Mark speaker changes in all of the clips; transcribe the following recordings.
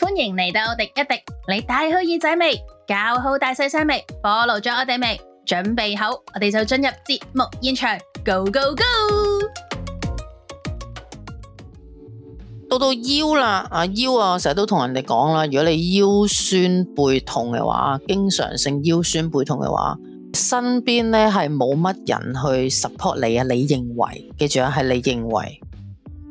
Speaker 1: 歡迎嚟到廸一廸，你戴好耳仔未？搞好大細聲未？follow 咗我哋未？準備好，我哋就進入節目現場，Go Go Go！
Speaker 2: 到到腰啦，啊腰啊，我成日都同人哋講啦，如果你腰酸背痛嘅話，經常性腰酸背痛嘅話，身邊咧係冇乜人去 support 你啊，你認為，記住啊，係你認為，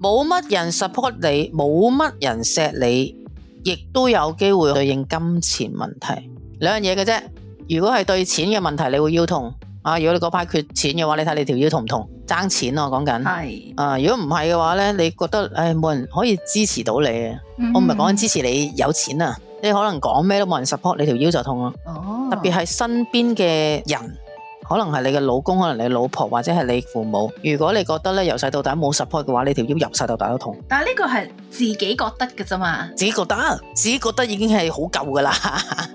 Speaker 2: 冇乜人 support 你，冇乜人錫你，亦都有機會對應金錢問題，兩樣嘢嘅啫。如果係對錢嘅問題，你會腰痛啊。如果你嗰排缺錢嘅話，你睇你條腰痛唔痛？爭錢啊，我講緊。
Speaker 1: 係，
Speaker 2: 啊！如果唔係嘅話咧，你覺得誒冇人可以支持到你啊？
Speaker 1: 嗯
Speaker 2: 我唔係講緊支持你有錢啊，你可能講咩都冇人 support，你條腰就痛啦。啊
Speaker 1: 哦，
Speaker 2: 特別係身邊嘅人，可能係你嘅老公，可能你老婆或者係你父母。如果你覺得咧由細到大冇 support 嘅話，你條腰由細到大都痛，
Speaker 1: 但係呢個係自己覺得嘅啫嘛，
Speaker 2: 自己覺得啊自己覺得已經係好夠噶啦。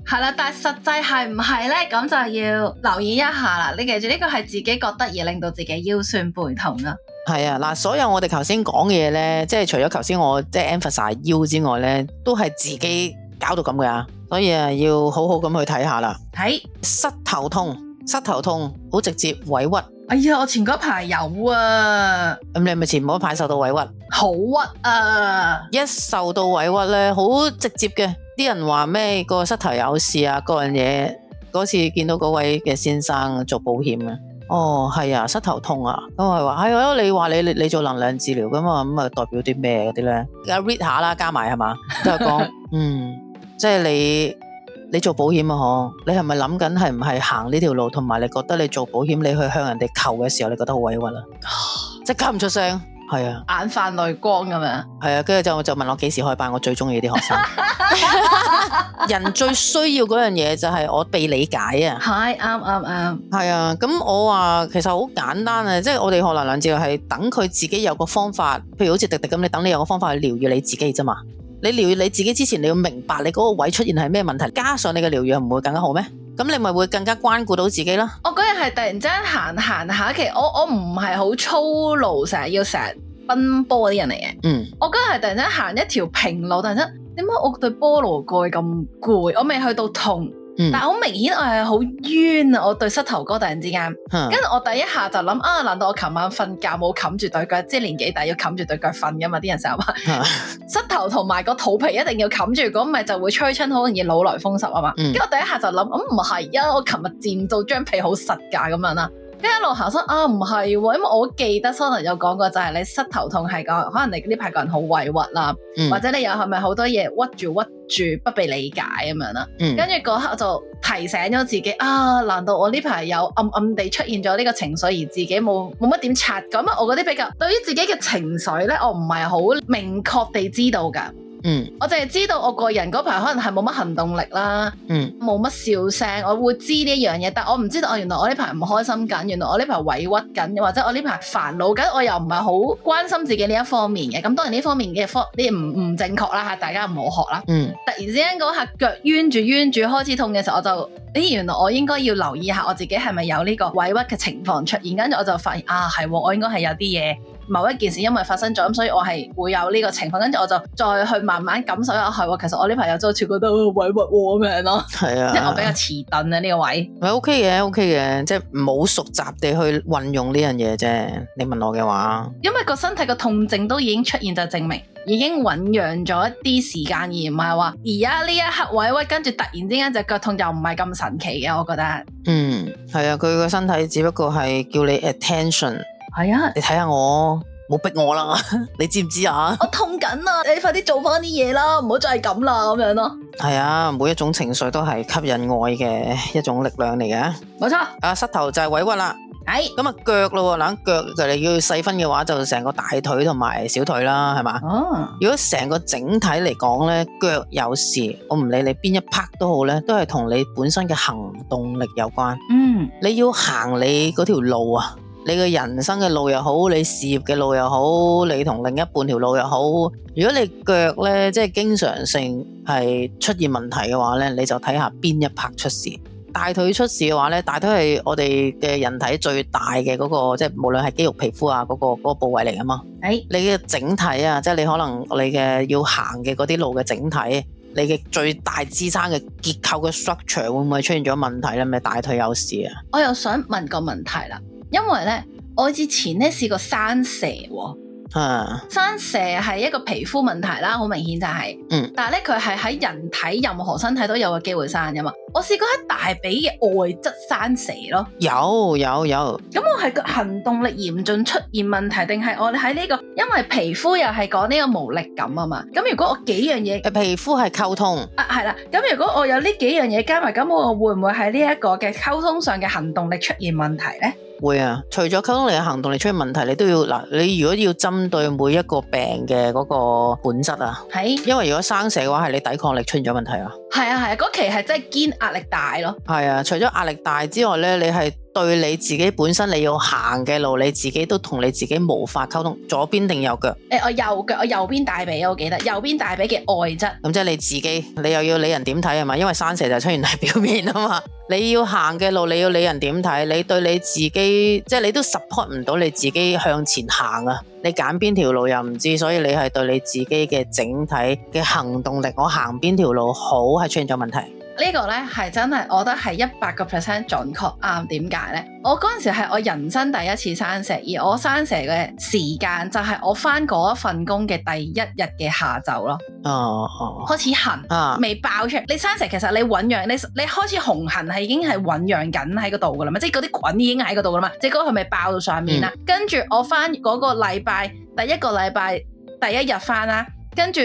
Speaker 1: 係啦，但係實際係唔係咧？咁就要留意一下啦。你記住呢個係自己覺得而令到自己腰酸背痛啦。
Speaker 2: 係啊，嗱，所有我哋頭先講嘅嘢咧，即係除咗頭先我即係 emphasize 腰之外咧，都係自己搞到咁噶，所以啊要好好咁去睇下啦。
Speaker 1: 睇，
Speaker 2: 膝頭痛，膝頭痛好直接委屈。
Speaker 1: 哎呀，我前嗰排有啊，
Speaker 2: 咁你係咪前嗰排受到委屈，
Speaker 1: 好屈啊，
Speaker 2: 一受到委屈咧，好直接嘅。啲人話咩個膝頭有事啊，嗰樣嘢。嗰次見到嗰位嘅先生做保險啊，哦係啊，膝頭痛啊，咁我係話係咯，你話你你你做能量治療噶嘛，咁啊代表啲咩嗰啲咧？啊 read 下啦，加埋係嘛，都係 講嗯，即係你你做保險啊，嗬，你係咪諗緊係唔係行呢條路，同埋你覺得你做保險你去向人哋求嘅時候，你覺得好委屈啊，即刻唔出聲，係啊。
Speaker 1: 眼泛淚光咁樣。
Speaker 2: 係啊，跟住就就問我幾時開班，我最中意啲學生。人最需要嗰樣嘢就係我被理解啊。
Speaker 1: 係，啱啱啱，
Speaker 2: 係啊，咁我話其實好簡單啊，即係我哋學能量治療係等佢自己有個方法，譬如好似迪迪咁，你等你有個方法去療愈你自己啫嘛。你療愈你自己之前，你要明白你嗰個位出現係咩問題，加上你嘅療愈唔會更加好咩？咁你咪會更加關顧到自己咯。
Speaker 1: 我嗰日係突然之間行行下，其實我我唔係好粗魯，成日要成日奔波嗰啲人嚟嘅。
Speaker 2: 嗯，
Speaker 1: 我嗰日係突然之間行一條平路，突然之間點解我對菠蘿蓋咁攰？我未去到痛，
Speaker 2: 嗯
Speaker 1: 但係好明顯我係好冤啊！我對膝頭哥突然之間，
Speaker 2: 哼
Speaker 1: 跟住我第一下就諗啊，難道我琴晚瞓覺冇冚住對腳？即係年紀大要冚住對腳瞓噶嘛？啲人成日話膝頭同埋個肚皮一定要冚住，如果唔係就會吹親，好容易腦來風濕啊嘛。跟
Speaker 2: 嗯
Speaker 1: 住、我第一下就諗，咁唔係啊，我琴日墊到張被好實㗎咁樣啦。跟住一路行身啊，唔係喎，因為我記得 Sona 有講過，就係你膝頭痛係個，可能你呢排個人好委屈啦，
Speaker 2: 嗯
Speaker 1: 或者你又係咪好多嘢屈住屈住不被理解咁樣啦。
Speaker 2: 嗯
Speaker 1: 跟住嗰刻就提醒咗自己啊，難道我呢排有暗暗地出現咗呢個情緒，而自己冇冇乜點察咁啊？我嗰啲比較對於自己嘅情緒咧，我唔係好明確地知道㗎。
Speaker 2: 嗯
Speaker 1: 我淨係知道我個人嗰排可能係冇乜行動力啦，
Speaker 2: 嗯
Speaker 1: 冇乜笑聲，我會知呢一樣嘢，但我唔知道我原來我呢排唔開心緊，原來我呢排委屈緊，或者我呢排煩惱緊，我又唔係好關心自己呢一方面嘅。咁當然呢方面嘅方呢唔唔正確啦嚇，大家唔好學啦。
Speaker 2: 嗯
Speaker 1: 突然之間嗰下腳冤住冤住開始痛嘅時候，我就咦原來我應該要留意下我自己係咪有呢個委屈嘅情況出現，跟住我就發現啊係喎，我應該係有啲嘢某一件事因為發生咗，咁所以我係會有呢個情況，跟住我就再去慢慢感受一下係喎，其實我呢排有周處覺得啊委屈喎咁樣咯，
Speaker 2: 係
Speaker 1: 即係我
Speaker 2: 啊
Speaker 1: 比。較遲鈍啊呢個位，
Speaker 2: 咪 OK 嘅，OK 嘅，即係冇熟習地去運用呢樣嘢啫。你問我嘅話，
Speaker 1: 因為個身體嘅痛症都已經出現，就證明已經醖釀咗一啲時間，而唔係話而家呢一刻委屈，跟住突然之間隻腳痛又唔係咁神奇嘅，我覺得
Speaker 2: 嗯，係啊，佢個身體只不過係叫你 attention，
Speaker 1: 係啊。
Speaker 2: 你睇下我，冇逼我啦， 你知唔知啊？
Speaker 1: 我痛緊啊！你快啲做翻啲嘢啦，唔好再係咁啦咁樣咯。
Speaker 2: 係啊，每一種情緒都係吸引愛嘅一種力量嚟嘅。
Speaker 1: 冇錯，
Speaker 2: 啊，膝頭就係委屈啦，
Speaker 1: 係
Speaker 2: 咁啊腳咯喎，嗱腳就你要細分嘅話，就成個大腿同埋小腿啦，係嘛？
Speaker 1: 哦，
Speaker 2: 如果成個整體嚟講咧，腳有事，我唔理你邊一 part 都好咧，都係同你本身嘅行動力有關。
Speaker 1: 嗯，
Speaker 2: 你要行你嗰條路啊，你嘅人生嘅路又好，你事業嘅路又好，你同另一半條路又好。如果你腳咧，即係經常性係出現問題嘅話咧，你就睇下邊一 part 出事。大腿出事嘅話咧，大腿係我哋嘅人體最大嘅嗰、個，即係無論係肌肉、皮膚啊嗰、個嗰、個部位嚟啊嘛。
Speaker 1: 係
Speaker 2: 你嘅整體啊，即係你可能你嘅要行嘅嗰啲路嘅整體，你嘅最大支撐嘅結構嘅 structure 會唔會出現咗問題咧？咪大腿有事啊？
Speaker 1: 我又想問個問題啦，因為咧我之前咧試過生蛇喎，
Speaker 2: 啊，
Speaker 1: 生蛇係一個皮膚問題啦，好明顯就係、
Speaker 2: 嗯
Speaker 1: 但係咧佢係喺人體任何身體都有個機會生噶嘛。我試過喺大髀嘅外側生蛇咯，
Speaker 2: 有有有，
Speaker 1: 咁我係個行動力嚴重出現問題，定係我哋喺呢個因為皮膚又係講呢個無力感啊嘛。咁如果我幾樣嘢
Speaker 2: 誒皮膚係溝通，
Speaker 1: 啊，係啦，咁如果我有呢幾樣嘢加埋，咁我會唔會喺呢一個嘅溝通上嘅行動力出現問題咧？
Speaker 2: 會啊，除咗溝通你嘅行動你出現問題，你都要嗱，你如果要針對每一個病嘅嗰個本質啊，
Speaker 1: 喺
Speaker 2: 因為如果生蛇嘅話係你抵抗力出現咗問題啊。
Speaker 1: 係啊係啊，嗰期係真係堅壓力大咯，
Speaker 2: 係啊，除咗壓力大之外咧，你係對你自己本身你要行嘅路，你自己都同你自己無法溝通，左邊定右腳，
Speaker 1: 誒、我右腳我右邊大髀我記得，右邊大髀嘅外側
Speaker 2: 咁即係你自己，你又要理人點睇係嘛？因為生蛇就出現喺表面啊嘛， 你要行嘅路，你要理人點睇，你對你自己，即係你都 support 唔到你自己向前行啊，你揀邊條路又唔知，所以你係對你自己嘅整體嘅行動力，我行邊條路好係出現咗問題。
Speaker 1: 呢個咧係真係，我覺得係一百個 percent 準確啱。點解咧？我嗰陣時係我人生第一次生蛇，而我生蛇嘅時間就係我翻嗰一份工嘅第一日嘅下晝咯，
Speaker 2: 哦哦
Speaker 1: 開始痕。
Speaker 2: 啊，
Speaker 1: 未爆出嚟，你生蛇其實你醖釀，你你開始紅痕係已經係醖釀緊喺嗰度噶啦嘛，即係嗰啲菌已經喺嗰度噶啦嘛，即係嗰個係咪爆到上面啦？啊跟住我翻嗰個禮拜，第一個禮拜第一日翻啦，跟住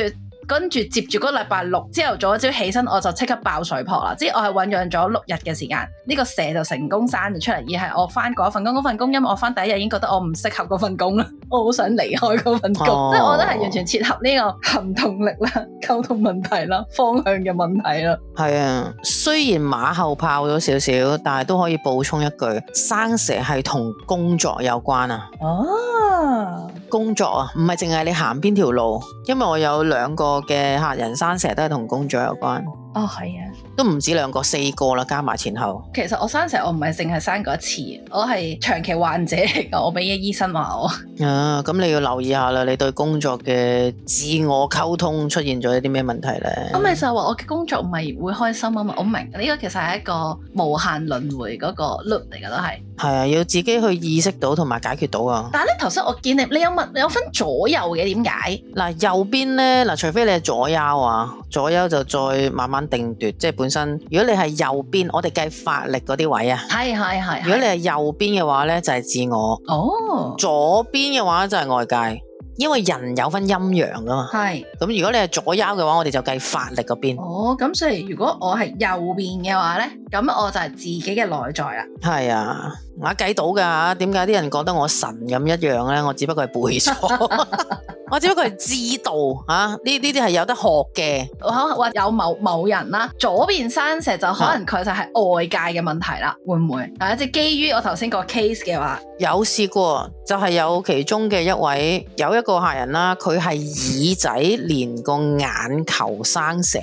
Speaker 1: 跟住接住嗰個禮拜六朝頭早一朝起身，我就即刻爆水泡啦，即係我係醖釀咗六日嘅時間，呢、個蛇就成功生咗出嚟，而係我翻嗰份工，嗰份工因為我翻第一日已經覺得我唔適合嗰份工啦， 我好想離開嗰份工，
Speaker 2: 哦
Speaker 1: 即係我覺得係完全切合呢個行動力啦、溝通問題啦、方向嘅問題啦。
Speaker 2: 係啊，雖然馬後炮咗少少，但係都可以補充一句，生蛇係同工作有關啊。
Speaker 1: 哦，
Speaker 2: 工作啊，唔係淨係你行邊條路，因為我有兩個嘅客人生蛇都係同工作有關，
Speaker 1: 哦係啊，
Speaker 2: 都唔止兩個，四個啦，加埋前後。
Speaker 1: 其實我生蛇我唔係淨係生過一次，我係長期患者嚟噶，我俾嘅醫生話我。
Speaker 2: 啊，咁你要留意下啦，你對工作嘅自我溝通出現咗一啲咩問題咧？
Speaker 1: 我咪就係話我嘅工作唔係會開心啊嘛，我明呢、個其實係一個無限輪迴嗰個 loop 嚟噶都係。
Speaker 2: 係啊，要自己去意識到同埋解決到啊。
Speaker 1: 但係咧頭先我見你，你有問你有分左右嘅點解？
Speaker 2: 嗱，右邊咧，嗱，除非你係左右啊，左右就再慢慢定奪，即係本身。如果你係右邊，我哋計法力嗰啲位啊。
Speaker 1: 係係係。
Speaker 2: 如果你係右邊嘅話咧，就係、自我；
Speaker 1: 哦，
Speaker 2: 左邊嘅話就係外界，因為人有分陰陽噶嘛。
Speaker 1: 係。
Speaker 2: 咁如果你係左右嘅話，我哋就計法力嗰邊。
Speaker 1: 哦，咁所以如果我係右邊嘅話咧，咁我就係自己嘅內在啦。
Speaker 2: 係啊，我計到㗎。點解啲人覺得我神咁一樣咧？我只不過係背咗， 我只不過係知道啊。呢呢啲係有得學嘅。
Speaker 1: 可能話有某某人啦，左邊生石就可能佢就係外界嘅問題啦，會唔會？係啊即係基於我頭先個 case 嘅話，
Speaker 2: 有試過，就係、有其中嘅一位有一個客人啦，佢係耳仔連個眼球生蛇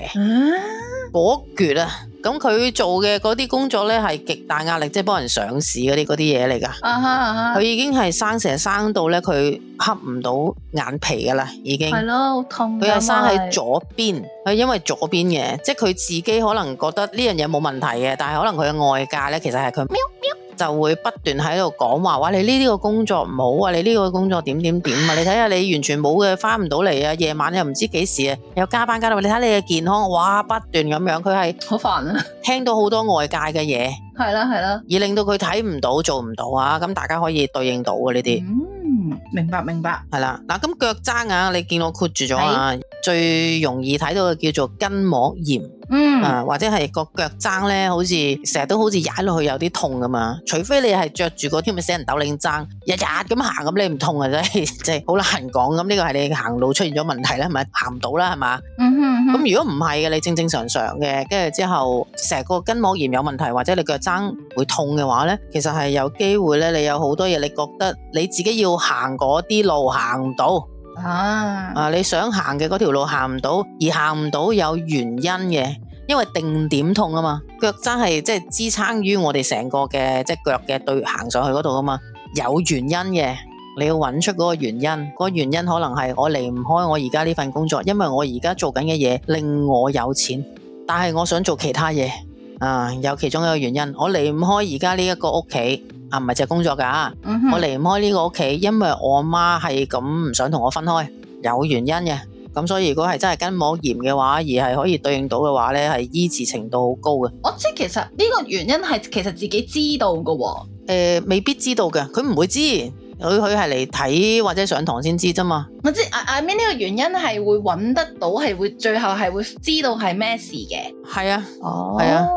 Speaker 2: 嗰橛啊！咁佢做嘅嗰啲工作呢，係極大壓力，即係幫人上市嗰啲嗰啲嘢嚟㗎。
Speaker 1: 啊哈啊哈
Speaker 2: 佢，已經係生蛇生到呢，佢恰唔到眼皮㗎啦，已經。
Speaker 1: 係咯，好痛㗎
Speaker 2: 佢
Speaker 1: 嘛。
Speaker 2: 係生喺左邊，佢因為左邊嘅，即係佢自己可能覺得呢樣嘢冇問題嘅，但係可能佢嘅外界咧，其實係佢喵喵就會不斷喺度講話，哇！你呢啲個工作唔好啊，你呢個工作點點點啊，你睇下你完全冇嘅，翻唔到嚟啊，夜晚又唔知幾時啊，又加班加到，你睇下你嘅健康，哇！不斷咁樣，佢係
Speaker 1: 好煩啊，
Speaker 2: 聽到好多外界嘅嘢，
Speaker 1: 係啦係啦。
Speaker 2: 而令到佢睇唔到、做唔到啊，咁大家可以對應到嘅呢啲。
Speaker 1: 嗯，明白明白。
Speaker 2: 係啦，嗱咁腳踭啊，你見我括住咗啊，最容易睇到嘅叫做筋膜炎
Speaker 1: 嗯，
Speaker 2: 啊，或者係個腳踭咧，好似成日都好似踩落去有啲痛噶嘛。除非你係着住嗰啲咪死人斗領踭，日日咁行咁，你唔痛啊真係 即係好難講。咁呢個係你行路出現咗問題啦，係咪行唔到啦，係嘛？
Speaker 1: 嗯哼
Speaker 2: 咁、
Speaker 1: 嗯哼
Speaker 2: 如果唔係嘅，你正正常常嘅，跟住之後成個筋膜炎有問題，或者你腳踭會痛嘅話咧，其實係有機會咧，你有好多嘢你覺得你自己要行嗰啲路行唔到，
Speaker 1: 啊，
Speaker 2: 啊你想行嘅嗰條路行唔到，而行唔到有原因嘅。因為定點痛啊嘛，腳踭係即係支撐於我哋成個嘅即係腳嘅對行上去嗰度啊嘛，有原因嘅。你要揾出嗰個原因，嗰、個原因可能係我離唔開我而家呢份工作，因為我而家做緊嘅嘢令我有錢，但係我想做其他嘢啊，有其中一個原因，我離唔開而家呢一個屋企啊，唔係就係工作㗎。
Speaker 1: 嗯哼
Speaker 2: 我離唔開呢個屋企，因為我媽係咁唔想同我分開，有原因嘅。咁所以如果係真係筋膜炎嘅話，而係可以對應到嘅話呢，係醫治程度好高嘅。
Speaker 1: 我即係其實呢個原因係其實自己知道㗎喎。
Speaker 2: 诶、未必知道嘅，佢唔會知，佢佢係嚟睇或者上堂先知啫嘛。
Speaker 1: 我知阿阿 Min 呢個原因係會揾得到，係會最後係會知道係咩事嘅。
Speaker 2: 係啊
Speaker 1: 哦
Speaker 2: 係啊，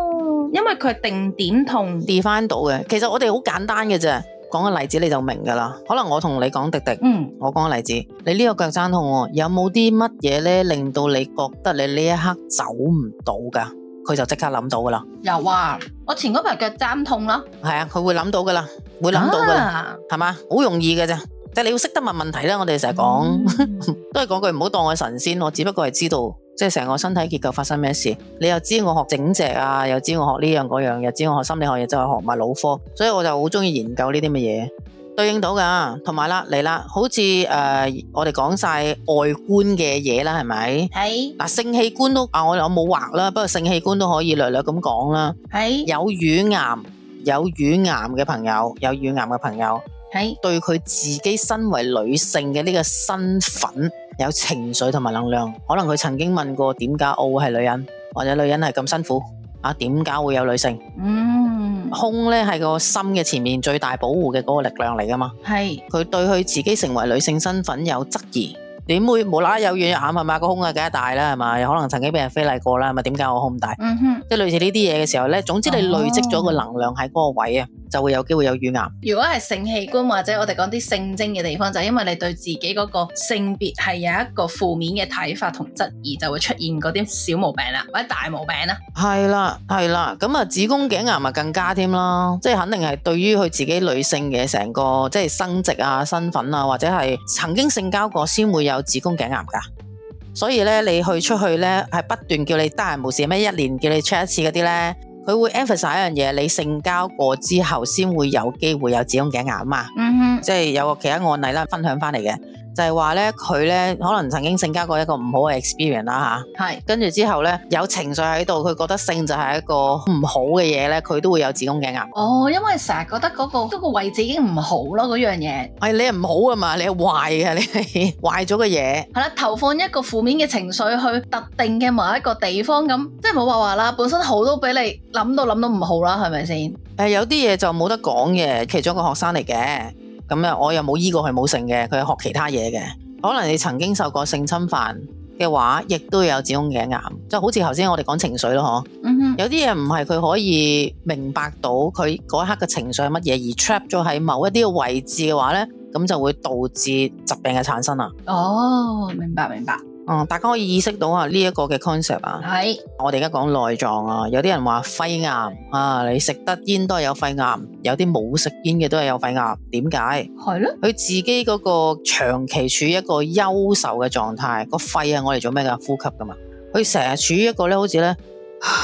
Speaker 1: 因為佢係定點痛。
Speaker 2: ，define 到嘅。其實我哋好簡單嘅啫，講個例子你就明㗎啦。可能我同你講迪迪。
Speaker 1: 嗯，
Speaker 2: 我講個例子，你呢個腳踭痛喎，有冇啲乜嘢咧令到你覺得你呢一刻走唔到㗎？佢就即刻諗到㗎啦。
Speaker 1: 又話我前嗰排腳踭痛啦，
Speaker 2: 係啊，佢會諗到㗎啦，會諗到㗎啦，
Speaker 1: 啊
Speaker 2: 係嘛、好容易嘅啫，但係你要識得問問題啦。我哋成日講。
Speaker 1: 嗯
Speaker 2: 都係嗰句唔好當我神仙，我只不過係知道即係成個身體結構發生咩事。你又知我學整脊啊，又知我學呢樣嗰樣，又知我學心理學，又知我學埋腦科，所以我就好中意研究呢啲乜嘢對應到㗎。同埋啦，嚟啦，好似誒、呃我哋講晒外觀嘅嘢啦，係咪？
Speaker 1: 喺
Speaker 2: 嗱，性器官都啊，我我冇畫啦，不過性器官都可以略略咁講啦。
Speaker 1: 喺
Speaker 2: 有乳癌，有乳癌嘅朋友，有乳癌嘅朋友。
Speaker 1: 喺
Speaker 2: 對佢自己身為女性嘅呢個身份有情緒同埋能量，可能佢曾經問過點解我會係女人，或者女人係咁辛苦啊？點解會有女性？
Speaker 1: 嗯
Speaker 2: 胸呢係個心嘅前面最大保護嘅嗰個力量嚟噶嘛？
Speaker 1: 係
Speaker 2: 佢對佢自己成為女性身份有質疑，點會無啦啦有軟硬係咪個胸啊？梗係大啦，係咪？可能曾經俾人非禮過啦，係咪點解我胸咁大？
Speaker 1: 嗯哼。
Speaker 2: 即係類似呢啲嘢嘅時候呢，總之你累積咗個能量喺嗰個位啊，就會有機會有乳癌。
Speaker 1: 如果係性器官或者我哋講啲性徵嘅地方，就係因為你對自己嗰個性別係有一個負面嘅睇法同質疑，就會出現嗰啲小毛病啦，或者大毛病啦。
Speaker 2: 係啦，係啦，咁啊子宮頸癌咪更加添啦，即係肯定係對於佢自己女性嘅成個即係生殖啊、身份啊，或者係曾經性交過先會有子宮頸癌㗎。所以咧，你去出去咧係不斷叫你得閒無事咩，一年叫你 check 一次嗰啲咧，佢會 emphasize 一樣嘢，你性交過之後先會有機會有子宮頸癌啊嘛。
Speaker 1: 嗯哼，
Speaker 2: 即係有個其他案例啦，分享翻嚟嘅就係話咧，佢咧可能曾經性交過一個唔好嘅 experience 啦吓。
Speaker 1: 係
Speaker 2: 跟住之後呢，有情緒喺度，佢覺得性就係一個唔好嘅嘢呢，佢都會有子宮頸癌。
Speaker 1: 哦，因為成日覺得嗰、個嗰個位置已經唔好咯，嗰樣嘢
Speaker 2: 係你係唔好啊嘛，你係壞嘅， 你係壞咗嘅嘢。
Speaker 1: 係啦，投放一個負面嘅情緒去特定嘅某一個地方咁，即係冇話話啦，本身好都俾你諗到諗到唔好啦，係咪先？
Speaker 2: 誒有啲嘢就冇得講嘅，其中一個學生嚟嘅，咁啊我又冇醫過佢冇性嘅，佢係學其他嘢嘅。可能你曾經受過性侵犯嘅話，亦都有子宮頸癌，就好似頭先我哋講情緒咯，嗬。
Speaker 1: 嗯哼，
Speaker 2: 有啲嘢唔係佢可以明白到佢嗰一刻嘅情緒係乜嘢，而 trap 咗喺某一啲嘅位置嘅話呢，咁就會導致疾病嘅產生啦。
Speaker 1: 哦，明白明白，
Speaker 2: 嗯，大家可以意識到啊呢一個嘅 concept 啊，
Speaker 1: 係
Speaker 2: 我哋而家講內臟啊，有啲人話肺癌啊，你食得煙都係有肺癌，有啲冇食煙嘅都係有肺癌，點解？
Speaker 1: 係咯，
Speaker 2: 佢自己嗰個長期處於一個憂愁嘅狀態，個肺啊係我嚟做咩㗎？呼吸㗎嘛，佢成日處於一個咧好似咧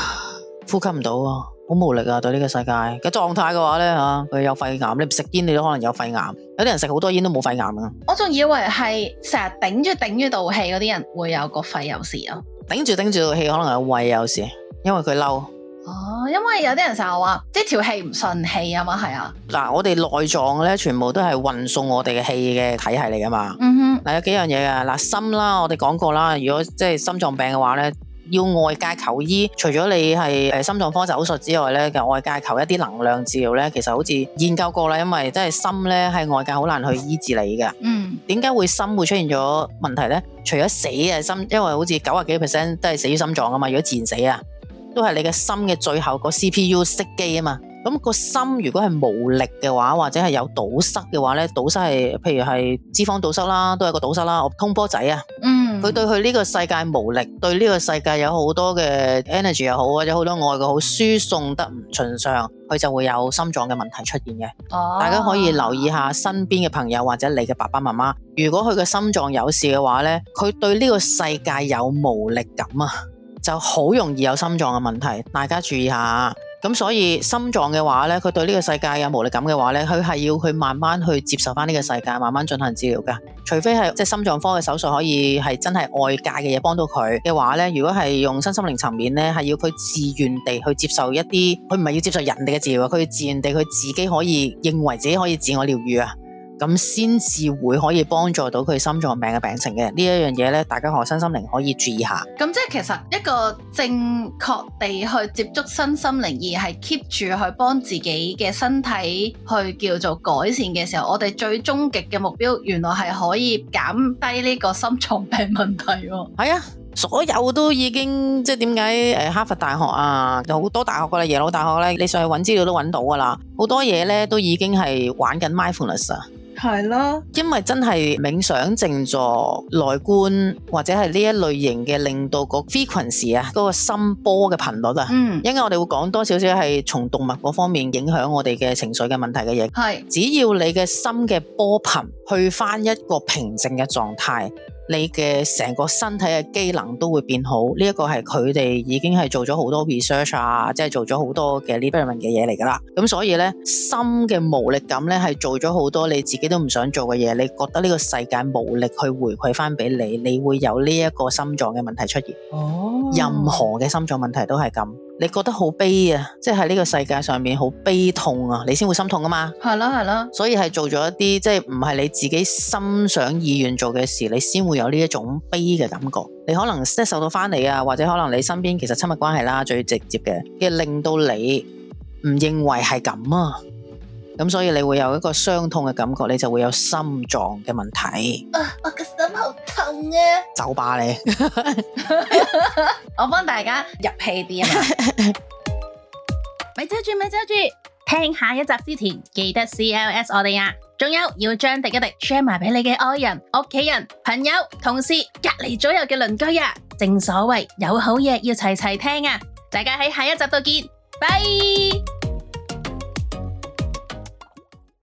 Speaker 2: 呼吸唔到啊，好無力啊對呢個世界嘅狀態嘅話咧嚇，佢有肺癌，你唔食煙你都可能有肺癌，有啲人食好多煙都冇肺癌㗎。
Speaker 1: 我仲以為係成日頂住頂住道氣嗰啲人會有個肺有事啊咯。
Speaker 2: 頂住頂住個氣，可能係胃啊有事，因為佢嬲。
Speaker 1: 哦，因為有啲人成日話，即係條氣唔順氣啊嘛，係啊，
Speaker 2: 嗱，我哋內臟咧，全部都係運送我哋嘅氣嘅體系嚟噶嘛。
Speaker 1: 嗯哼，
Speaker 2: 嗱，有幾樣嘢噶，嗱，心啦，我哋講過啦，如果即係心臟病嘅話咧，要外界求醫，除咗你係誒心臟科手術之外咧，其實外界求一啲能量治療咧，其實好似研究過啦，因為真係心咧係外界好難去醫治你嘅。
Speaker 1: 嗯，
Speaker 2: 點解會心會出現咗問題咧？除咗死啊心，因為好似九啊幾 percent 都係死於心臟啊嘛。如果自然死啊，都係你嘅心嘅最後個 CPU 熄機啊嘛。咁、個心如果係無力嘅話，或者係有堵塞嘅話咧，堵塞係譬如係脂肪堵塞啦，都係個堵塞啦。我通波仔啊，
Speaker 1: 嗯，
Speaker 2: 佢對佢呢個世界無力，對呢個世界有好多嘅 energy 又好，或者好多愛嘅好，輸送得唔順暢，佢就會有心臟嘅問題出現嘅。
Speaker 1: 哦
Speaker 2: 大家可以留意，下身邊嘅朋友或者你嘅爸爸媽媽，如果佢嘅心臟有事嘅話呢，佢對呢個世界有無力感啊，就好容易有心臟嘅問題。大家注意下，咁所以心臟嘅話咧，佢對呢個世界有無力感嘅話咧，佢係要去慢慢去接受翻呢個世界，慢慢進行治療㗎。除非係即係心臟科嘅手術可以係真係外界嘅嘢幫到佢嘅話咧，如果係用身心靈層面咧，係要佢自願地去接受一啲，佢唔係要接受人哋嘅治療啊，佢要自願地佢自己可以認為自己可以自我療愈啊。咁先至會可以幫助到佢心臟病嘅病情嘅呢一樣嘢咧，大家學身心靈可以注意下。
Speaker 1: 咁即係其實一個正確地去接觸身心靈，而係 keep 住去幫自己嘅身體去叫做改善嘅時候，我哋最終極嘅目標原來係可以減低呢個心臟病問題喎。
Speaker 2: 係啊，所有都已經即係點解誒呃哈佛大學啊，有好多大學噶啦，耶魯大學咧，你上去揾資料都揾到噶啦，好多嘢咧都已經係玩緊 mindfulness 啊。
Speaker 1: 係咯，
Speaker 2: 因為真係冥想靜坐、內觀或者係呢一類型嘅，令到個 frequency 啊，嗰個心波嘅頻率啊，
Speaker 1: 嗯，
Speaker 2: 因為我哋會講多少少係從動物嗰方面影響我哋嘅情緒嘅問題嘅嘢。
Speaker 1: 係，
Speaker 2: 只要你嘅心嘅波頻去翻一個平靜嘅狀態，你嘅成個身體嘅機能都會變好。呢、一個係佢哋已經係做咗好多 research 啊，即係做咗好多嘅 experiment 嘅嘢嚟㗎啦。咁所以呢，心嘅無力感呢係做咗好多你自己都唔想做嘅嘢，你覺得呢個世界無力去回饋翻俾你，你會有呢一個心臟嘅問題出現。
Speaker 1: 哦
Speaker 2: 任何嘅心臟問題都係咁，你覺得好悲啊，即係喺呢個世界上面好悲痛啊，你先會心痛㗎嘛。
Speaker 1: 係咯係咯，
Speaker 2: 所以係做咗一啲即係唔係你自己心想意願做嘅事，你先會有呢一種悲嘅感覺。你可能即係受到翻嚟啊，或者可能你身邊其實親密關係啦，最直接嘅嘅令到你唔認為係咁啊，咁所以你會有一個傷痛嘅感覺，你就會有心臟嘅問題，
Speaker 1: 啊我個心好痛啊！
Speaker 2: 走吧你。
Speaker 1: 我幫大家入戲啲啊嘛。
Speaker 3: 咪遮住，咪遮住！聽下一集之前，記得 CLS 我哋啊！仲有要將廸一廸 share 埋俾你嘅愛人、屋企人、朋友、同事、隔離左右嘅鄰居啊！
Speaker 1: à.
Speaker 3: 正所謂有好嘢要齊齊聽啊！大家喺下一集度見，拜。